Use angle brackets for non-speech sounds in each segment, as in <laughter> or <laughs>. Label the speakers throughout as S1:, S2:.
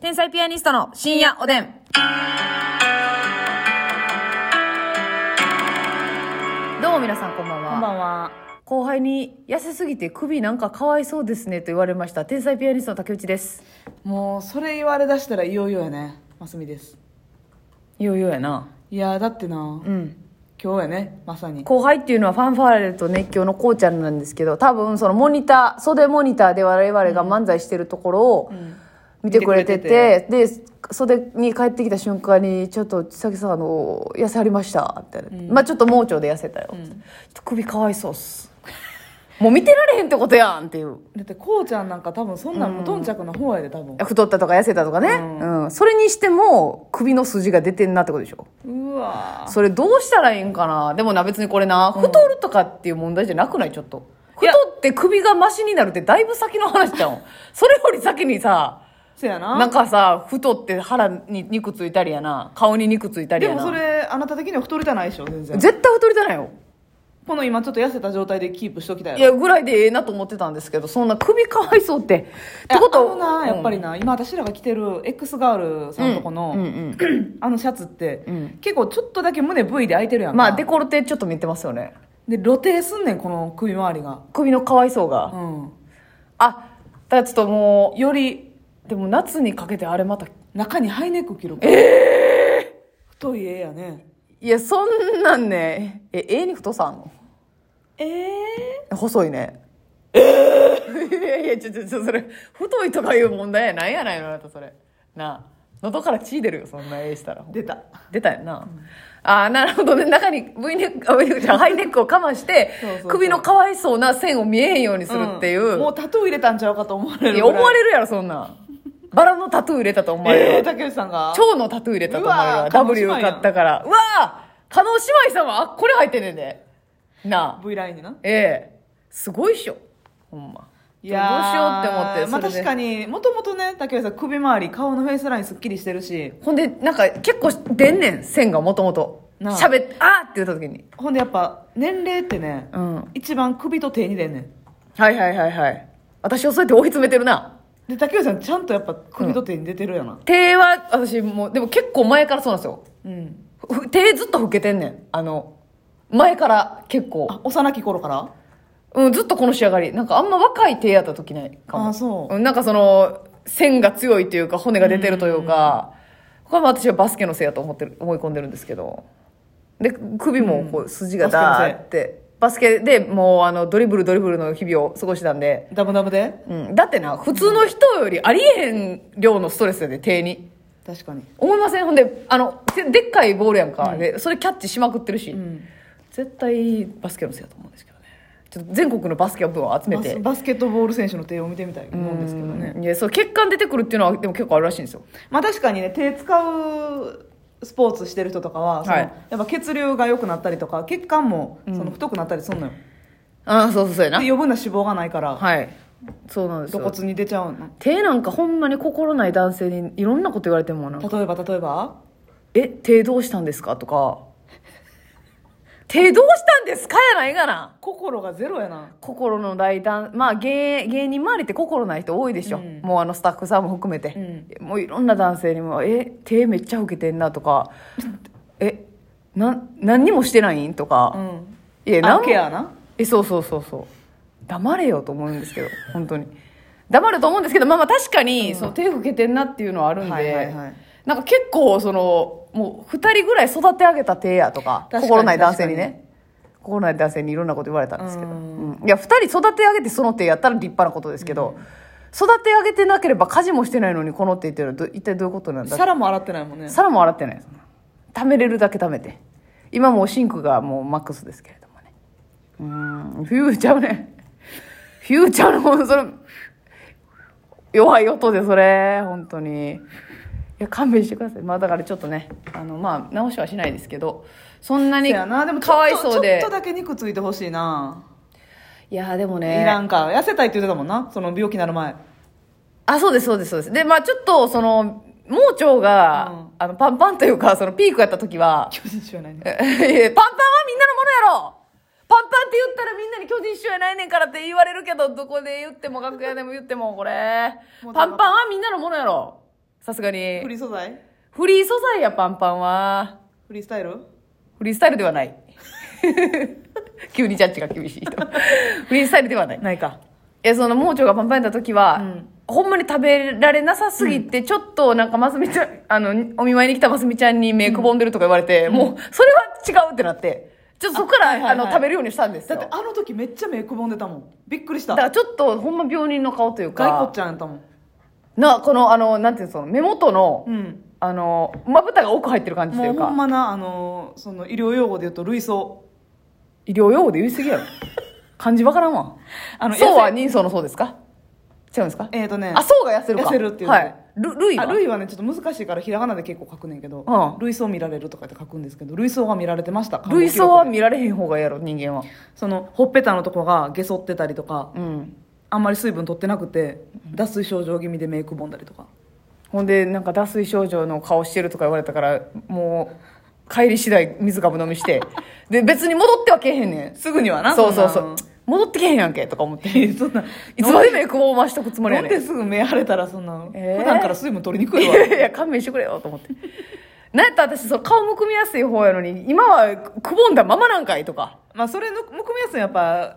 S1: 天才ピアニストの深夜おでん。どうも皆さんこんばん
S2: こんば
S1: は。
S2: んは。
S1: 後輩に痩せすぎて首なんかかわいそうですねと言われました。天才ピアニストの竹内です。
S2: もう、それ言われだしたらいよいよやね。ますみです。
S1: いよいよやな。
S2: いやー、だってな、
S1: うん。
S2: 今日やね、まさに。
S1: 後輩っていうのはファンファーレと熱狂のこうちゃんなんですけど多分そのモニター袖モニターで我々が漫才してるところを見てくれてて,、で袖に帰ってきた瞬間に「ちょっと千崎さんあの痩せありました」って、まあちょっと盲腸で痩せたよ」ちょっと首かわいそうっす」「もう見てられへんってことやん」っていう
S2: だって、こうちゃんなんか多分、そんなん無頓着な方やで、多分。
S1: 太ったとか痩せたとかね、うんそれにしても首の筋が出てんなってことでしょ
S2: うわ
S1: それどうしたらいいんかなでもな別にこれな太るとかっていう問題じゃなくないちょっと太
S2: いや
S1: って首がマシになるってだいぶ先の話
S2: <laughs>
S1: じゃんそれより先にさ
S2: ー。そや
S1: なん
S2: な。
S1: かさ太って腹に肉ついたりやな顔に肉ついたり
S2: で
S1: や
S2: も
S1: な
S2: それ、あなた的には太りたないでしょ、全然。
S1: 絶対太りたないよ
S2: この今ちょっと痩せた状態でキープしときたい
S1: いやぐらいでええなと思ってたんですけどそんな首かわいそうってってこ
S2: あの
S1: と
S2: な、やっぱ
S1: り
S2: りな、今私らが着てる X ガールさんとこの、あのシャツって、結構ちょっとだけ胸 V で開いてるやんか。
S1: まあデコルテちょっと見てますよね
S2: で、露呈すんねん、この首周りが。
S1: 首のかわいそうが、
S2: うん。
S1: あだからちょっとも
S2: より、
S1: うでも夏にかけてあれまた
S2: 中にハイネック着るええ太い絵やね
S1: いやそんなんねえええに太さあんの
S2: ええ
S1: 細いねええ <laughs> いやいやちょちょちょそれ太いとかいう問題やないやないのあなたそれなあ喉から血出るよそんなええしたら
S2: 出た
S1: 出たやんな、ああなるほどね中に V ネックあ V ネック
S2: <laughs>
S1: じゃないハイネックを我慢して
S2: そうそうそう
S1: 首のかわいそうな線を見えへんようにするっていう,、
S2: んもうタトゥー入れたんちゃうかと思われる
S1: いや思わ
S2: れ
S1: れるやろそんなんバラのタトゥー入れたと思われるわ
S2: ええ竹内さんが
S1: 蝶のタトゥー入れたと思われるわ
S2: うわー
S1: W 買ったからうわあ加納姉妹さんはあこれ入ってんねんでなあ
S2: V ラインにな
S1: ええすごいっしょほんま
S2: いやー
S1: どうしようって思って
S2: まあ、
S1: それ
S2: 確
S1: で
S2: かにもともとね竹内さん首周り顔のフェイスラインすっきりしてるし
S1: ほんでなんか結構出んねん線がもともと
S2: なあ
S1: 喋ってあーって言った時に
S2: ほんでやっぱ年齢ってね、
S1: うん
S2: 一番首と手に出んねん
S1: はいはいはいはい私をそうやって追い詰めてるな
S2: で竹内さんちゃんとやっぱ首と手に出てるやな
S1: 手は私もうでも結構前からそうなんですよ
S2: うん、
S1: ふ手ずっと老けてんねんあの前から結構
S2: あ幼き頃から
S1: うんずっとこの仕上がりなんかあんま若い手やった時ないかも
S2: あそう
S1: うんなんかその線が強いというか骨が出てるというかこれは私はバスケのせいやと思ってる思い込んでるんですけどで首もこう筋がダーってバスケでもうあのドリブルドリブルの日々を過ごしてたんで、
S2: ダブダブで
S1: うん、だってな普通の人よりありえへん量のストレスやで手に
S2: 確かに
S1: 思いませんほんであのででっかいボールやんか、でそれキャッチしまくってるし、
S2: ん
S1: 絶対バスケのせいやと思うんですけどねちょっと全国のバスケ部を集め
S2: バ
S1: て
S2: スバスケットボール選手の手を見てみたいと思うんですけどね
S1: うんいやそう血管出てくるっていうのはでも結構あるらしいんですよ
S2: まあ確かにね手使うスポーツしてる人とかはその、
S1: はい
S2: やっぱ血流が良くなったりとか血管もその太くなったりするのよ、
S1: ああそうそうそうや
S2: で
S1: な
S2: 余分な脂肪がないから、
S1: はいそうなんです
S2: 露
S1: よ
S2: 骨に出ちゃうの
S1: 手なんかほんまに心ない男性にいろんなこと言われてもな
S2: 例えば例えば
S1: 「え手どうしたんですか?」と <laughs> か「手どうしたんですか?」やないがな
S2: 心がゼロやな
S1: 心の大男まあ芸芸人周りって心ない人多いでしょ、
S2: うん
S1: もうあのスタッフさんも含めて、もういろんな男性にも「え手めっちゃ老けてんな」とか
S2: <laughs>
S1: 「えな何にもしてないん?」と
S2: う
S1: か
S2: ん
S1: 「いや
S2: ア
S1: 何
S2: ン
S1: も
S2: ケアな
S1: えそうそうそうそう黙れよと思うんですけど本当に黙ると思うんですけどまあまあ確かに、その手拭けてんなっていうのはあるんで、
S2: はいはいはい
S1: なんか結構そのもう2人ぐらい育て上げた手やとか
S2: 確かに
S1: 心ない男性にね心ない男性にいろんなこと言われたんですけど、うんいや2人育て上げてその手やったら立派なことですけど、育て上げてなければ家事もしてないのにこの手っていうのはど一体どういうことなんだ
S2: 皿も洗ってないもんね
S1: 皿も洗ってないです貯めれるだけ貯めて今もうシンクがもうマックスですけれどもねうーんフューチャーねフューチャーのもうそれ弱い音でそれ本当にいや勘弁してくださいまあだからちょっとねあのまあ直しはしないですけどそんな
S2: そ
S1: に
S2: やなでもちょっと
S1: かわいそうで
S2: ちょっとだけ肉ついてほしいない
S1: やでもね
S2: いらんか痩せたいって言ってたもんなその病気にな
S1: <laughs>
S2: る前
S1: あ、そうです、そうです、そうです。で、まあちょっと、その、盲腸が、
S2: うん
S1: あの、パンパンというか、その、ピークやった時は、
S2: 巨人師匠やないね
S1: えへへパンパンはみんなのものやろパンパンって言ったらみんなに巨人師匠やないねんからって言われるけど、どこで言っても楽屋でも言ってもこれ、
S2: もう
S1: パンパンはみんなのものやろさすが
S2: フ
S1: に。
S2: リー素材
S1: フリー素材や、パンパンは。
S2: フリースタイル
S1: フリースタイルではない。 <laughs> 急にジャッジが厳しい人。フリースタイルではない。
S2: ないか。
S1: えその盲腸がパンパンやった時は、
S2: ん
S1: ほんまに食べられなさすぎて、ちょっとなんかますみちゃんあのお見舞いに来たますみちゃんに目くぼんでるとか言われて、もうそれは違うってなってちょっとそこからあ、
S2: はいはいはい
S1: の食べるようにしたんです
S2: だ
S1: よ
S2: って
S1: だ
S2: あの時めっちゃ目くぼんでたもん。びっくりした。
S1: か
S2: ガ
S1: ら
S2: イ
S1: ちょっとほんま病人の顔という
S2: コ
S1: か
S2: ちゃんやったもん。
S1: なこのあのなんていうのその目元の、
S2: うん。
S1: あのまぶたが奥入ってる感じとい
S2: もう
S1: う
S2: ほ
S1: か
S2: んまな、あのー、その医療用語で言うと、類想。
S1: 医療用語で言い過ぎやろ漢字わからんわ
S2: あの、
S1: そうは
S2: 痩せ
S1: 人相のそうですか違うんですか、
S2: えっ、とね。
S1: あそうが痩せるか
S2: 痩せるっていうの
S1: はいる類は
S2: あ類はねちょっと難しいからひらがなで結構書くねんけど
S1: うん
S2: 類想見られるとかって書くんですけど類想が見られてました
S1: 類想は
S2: 観光記録で
S1: 見られへん方がええやろ人間は
S2: そのほっぺたのとこがげそってたりとか
S1: うん
S2: あんまり水分取ってなくて脱水症状気味でメイクぼんだりとか
S1: ほんでなんか脱水症状の顔してるとか言われたからもう帰り次第水かぶ飲みして
S2: <laughs>
S1: で別に戻ってはけえへんね
S2: すぐには
S1: ん
S2: な
S1: そうそうん
S2: な
S1: そう戻ってけえへんやんけとか思って
S2: <laughs> そ <laughs> んない
S1: つまでメイクを回しとくつもりや
S2: 飲ん
S1: ねん
S2: ですぐ目腫れたらそんな、
S1: えー
S2: 普段から水分取りにく
S1: い
S2: いわ
S1: やいや勘弁してくれよと思ってなんやったら私そう顔むくみやすい方やのに今はくぼんだままなんかいとか
S2: まあそれのむくみやすいのはやっぱ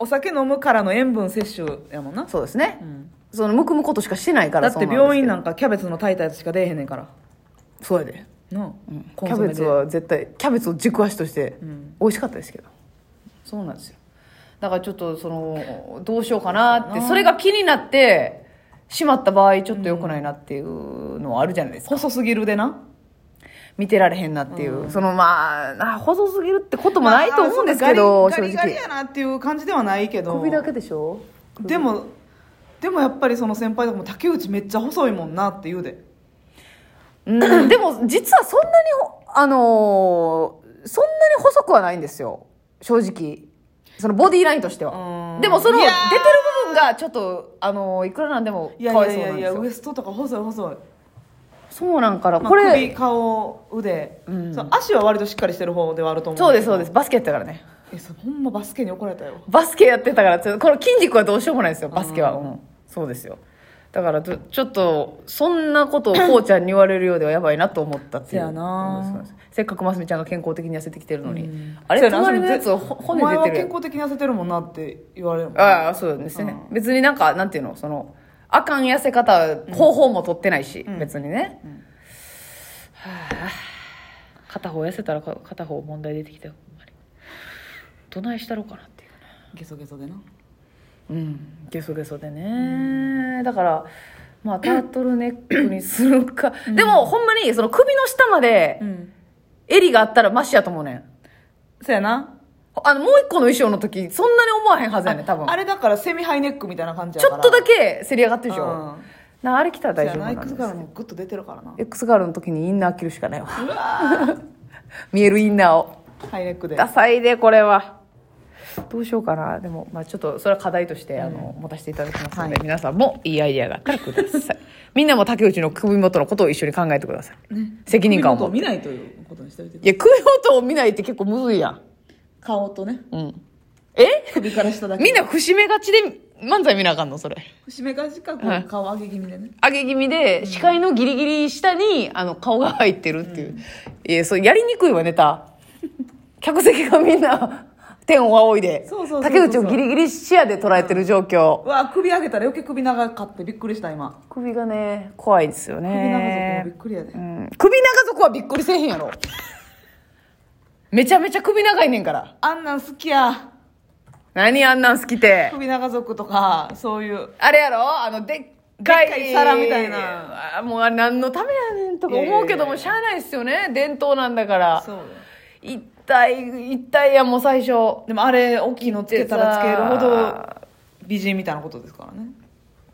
S2: お酒飲むからの塩分摂取やもんな
S1: そうですね、
S2: ん
S1: そのむくむことしかしてないから
S2: だって病院
S1: な
S2: なんかキャベツの炊いたやつしか出えへんねんから
S1: そうやで
S2: なあ、
S1: キ
S2: コン
S1: ャ
S2: ソメ
S1: ベ
S2: で
S1: ツは絶対キャベツを軸足として
S2: ん
S1: 美味しかったですけど、そうなんですよだからちょっとそのどうしようかなってそれが気になってしまった場合ちょっと良くないなっていうのはあるじゃないですか、
S2: 細すぎるでな
S1: 見てられへんなっていう、そのまああ細すぎるってこともないと思うんですけ
S2: ま
S1: ど、
S2: あガ
S1: 正
S2: リガリガリ
S1: 直
S2: やなっていう感じではないけど
S1: 首だけでしょ
S2: でもでもやっぱりその先輩とかも竹内めっちゃ細いもんなって言うで
S1: うん、でも実はそんなにほあのーそんなに細くはないんですよ正直そのボディーラインとしては
S2: うん
S1: でもその
S2: い
S1: 出て
S2: や
S1: る
S2: ー
S1: 部分がちょっとあのーいくらなんでも
S2: い
S1: か
S2: やい
S1: わいそ
S2: やいう
S1: な
S2: や
S1: ん
S2: い
S1: です
S2: や
S1: よ
S2: ウエストとか細い細い、
S1: そうなんから
S2: まあ
S1: こ
S2: 首
S1: れ
S2: 顔腕、そう足は割としっかりしてる方ではあると思う
S1: そうですそうですすバスケやったからね
S2: えそうほんまバスケに怒られたよ
S1: バスケやってたからちょこの筋肉はどうしようもないですよバスケはうんそうですよだからちょちょっとそんなことをこうちゃんに言われるようではやばいなと思ったっていう
S2: せやな
S1: そうですせっかくますみちゃんが健康的に痩せてきてるのにあ
S2: あ
S1: れ隣のやつをほ骨
S2: お前
S1: 出て
S2: は
S1: るやん
S2: 健康的に痩せてるもんなって言われるもん
S1: ああそうですね、別になんかなんていうのそのあかん痩せ方方法も取ってないし、別にね、はあ片方痩せたらか片方問題出てきたよほんまにどないしたろうかなっていう
S2: ゲソゲソでな
S1: うんゲソゲソでね、だからま <clears throat> あタートルネックにするか、でもほんまにその首の下まで
S2: ん
S1: 襟があったらマシやと思うねん
S2: そうやな
S1: あのもう一個の衣装の時そんなに思わへんはずやねん多分
S2: あれだからセミハイネックみたいな感じ
S1: ち
S2: や
S1: ょ
S2: か
S1: っ
S2: ら
S1: とだけせり上がってるでしょ、
S2: うん
S1: なあれ着たら大
S2: 大
S1: 丈
S2: 丈
S1: 夫
S2: 夫
S1: な
S2: なんい
S1: で
S2: く
S1: すけ
S2: つ
S1: ど
S2: からもグッと出てるからな
S1: X ガールの時にインナー着るしかないわ <laughs> 見えるインナーを
S2: ハイネックで
S1: ダサいでこれはどうしようかなでも、まあ、ちょっとそれは課題として、あの持たせていただきますので、皆さんもいいアイディアがあったらくださいみんなも竹内の首元のことを一緒に考えてください、責任感を
S2: 首元
S1: 持っ
S2: を
S1: て
S2: 見ないということにしておいて
S1: いや首元を見ないって結構むずいやん
S2: 顔とね
S1: うんえ
S2: 首から下だけ
S1: みんな節目がちで漫才見なあかんのそれ
S2: 節目が近
S1: はい
S2: く顔上げ気味でね
S1: 上げ気味で、視界のギリギリ下にあの顔が入ってるっていう、いやそうやりにくいわネ
S2: <laughs>
S1: タ客席がみんな天を仰いで
S2: そうそうそうそう
S1: 竹内をギリギリ視野で捉えてる状況、
S2: うわ首上げたら余計首長かってびっくりした今
S1: 首がね怖いですよ
S2: 首長
S1: ね
S2: 族もびっくりやで
S1: うん首長族はびっくりせえへんやろめちゃめちゃ首長いねんから
S2: あんなん好きや
S1: 何あんなん好きて
S2: 首長族とかそういう
S1: あれやろあのでっかい
S2: でっかい皿みたいな
S1: あもうあれ何のためやねんとか思うけども
S2: いやいやいや
S1: しゃあないっすよね伝統なんだから
S2: そう
S1: 一体一体やもう最初
S2: でもあれ大きいのつけたらつけるほど美人みたいなことですからね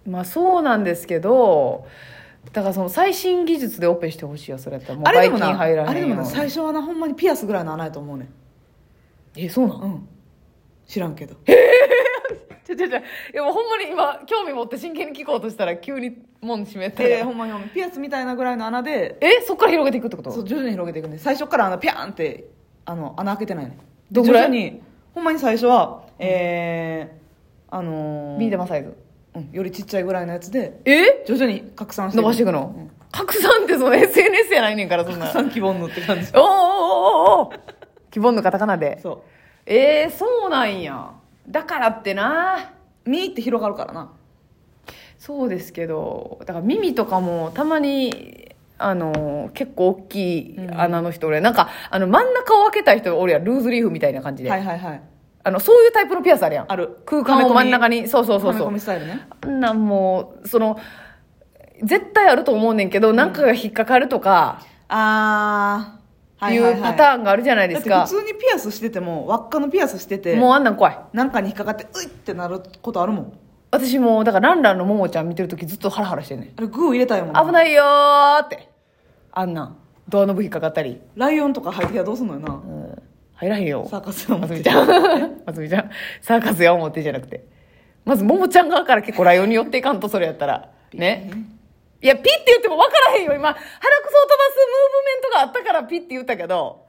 S1: まあそうなんですけどだからその最新技術でオペしてほしいよそれやったらもうば
S2: あれで
S1: い
S2: も
S1: 菌
S2: な
S1: 入ら
S2: あ
S1: へ
S2: れ
S1: ん
S2: で
S1: よ
S2: もな最初はなほんまにピアスぐらいの穴やと思うねん
S1: えそうなん、
S2: うん知らんけど
S1: ちょちょちょいやもうほんまに今興味持って真剣に聞こうとしたら急に門閉めて、
S2: でほんまにほんまピアスみたいなぐらいの穴で
S1: えそっから広げていくってこ
S2: そう
S1: と
S2: 徐々に広げていくね最初からあのピャーンってあの穴開けてないねで
S1: どんぐらい
S2: 徐々にほんまに最初はえー、あのー
S1: ビー玉サイズ
S2: うん、よりちっちゃいぐらいのやつで
S1: え
S2: 徐々に拡散して
S1: 伸ばしてい
S2: く
S1: くの、
S2: うん
S1: 拡散ってその SNS やないねんからそんな
S2: 三希望のって感じ
S1: おーおーおーお <laughs> ー希望のカタカナで
S2: そ
S1: えー、そうなんやだからってな
S2: うミーって広がるからな
S1: そうですけどだから耳とかもたまにあの結構大きい穴の人俺、なんかあの真ん中を開けた人俺はルーズリーフみたいな感じで、
S2: はいはいはい
S1: あのそういうタイプのピアスあるやん
S2: ある
S1: 空間を真ん中にそうそうそう
S2: は
S1: そ
S2: め込
S1: う
S2: みスタイルね
S1: あんなんもうその絶対あると思うねんけど、なんかが引っかかるとか
S2: ああ
S1: いうパターンがあるじゃないですか、
S2: だって普通にピアスしてても輪っかのピアスしてて
S1: もうあんなん怖い
S2: なんかに引っかかってういってなることあるもん
S1: 私もうだからランランのももちゃん見てる時ずっとハラハラしてんねん
S2: あれグー入れたいもん
S1: 危ないよーってあんなんドアノブ引っかかったり、
S2: ライオンとか履いてきたらどうすんのよな
S1: うん、入らへんよ
S2: サーカスの
S1: まつみ
S2: 祭り
S1: ちゃん。 <laughs> まつみちゃん。サーカスや思ってじゃなくて。まず、ももちゃん側から結構ライオンに寄っていかんと、それやったら。ね。いや、ピって言っても分からへんよ。今、鼻くそを飛ばすムーブメントがあったからピって言ったけど、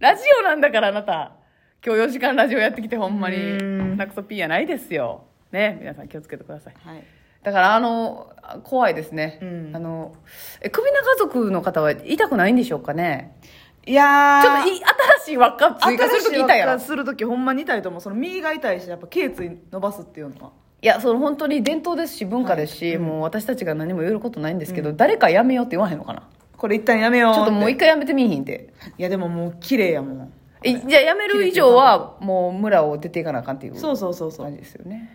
S1: ラジオなんだから、あなた。今日4時間ラジオやってきて、ほんまに。鼻くそピーやないですよ。ね。皆さん気をつけてください。
S2: はい
S1: だから、あの、怖いですね。
S2: うん
S1: あの、え、首長族の方は痛くないんでしょうかね。
S2: いやー
S1: ちょっとい、新しい輪っか追加するとき痛いやろ
S2: 新し輪っか。する時ほんまに痛いと思うその右が痛いしやっぱ頸椎伸ばすっていうのはい
S1: やその本当に伝統ですし文化ですし、もう私たちが何も言えることないんですけど、誰かやめようって言わへんのかな
S2: これ一旦やめよう
S1: ちょっともう
S2: い
S1: 一回やめてみいひんって
S2: やでももう綺麗やもん
S1: えじゃあやめる以上はもう村を出ていかなあかんっていう
S2: そうそうそうそ
S1: 感
S2: う
S1: じですよね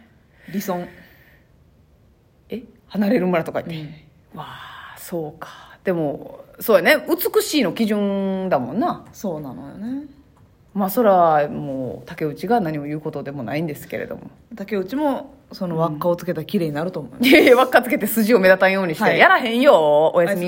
S2: 理想
S1: え離れる村とか言って、わあそうかでもそうやね美しいの基準だもんな
S2: そうなのよね
S1: まあそらもう竹内が何も言うことでもないんですけれども
S2: 竹内もその輪っかをつけたら綺麗になると思う、
S1: いやいや輪っかつけて筋を目立たんようにして、
S2: はい
S1: やらへんよおやす
S2: おやす
S1: み
S2: み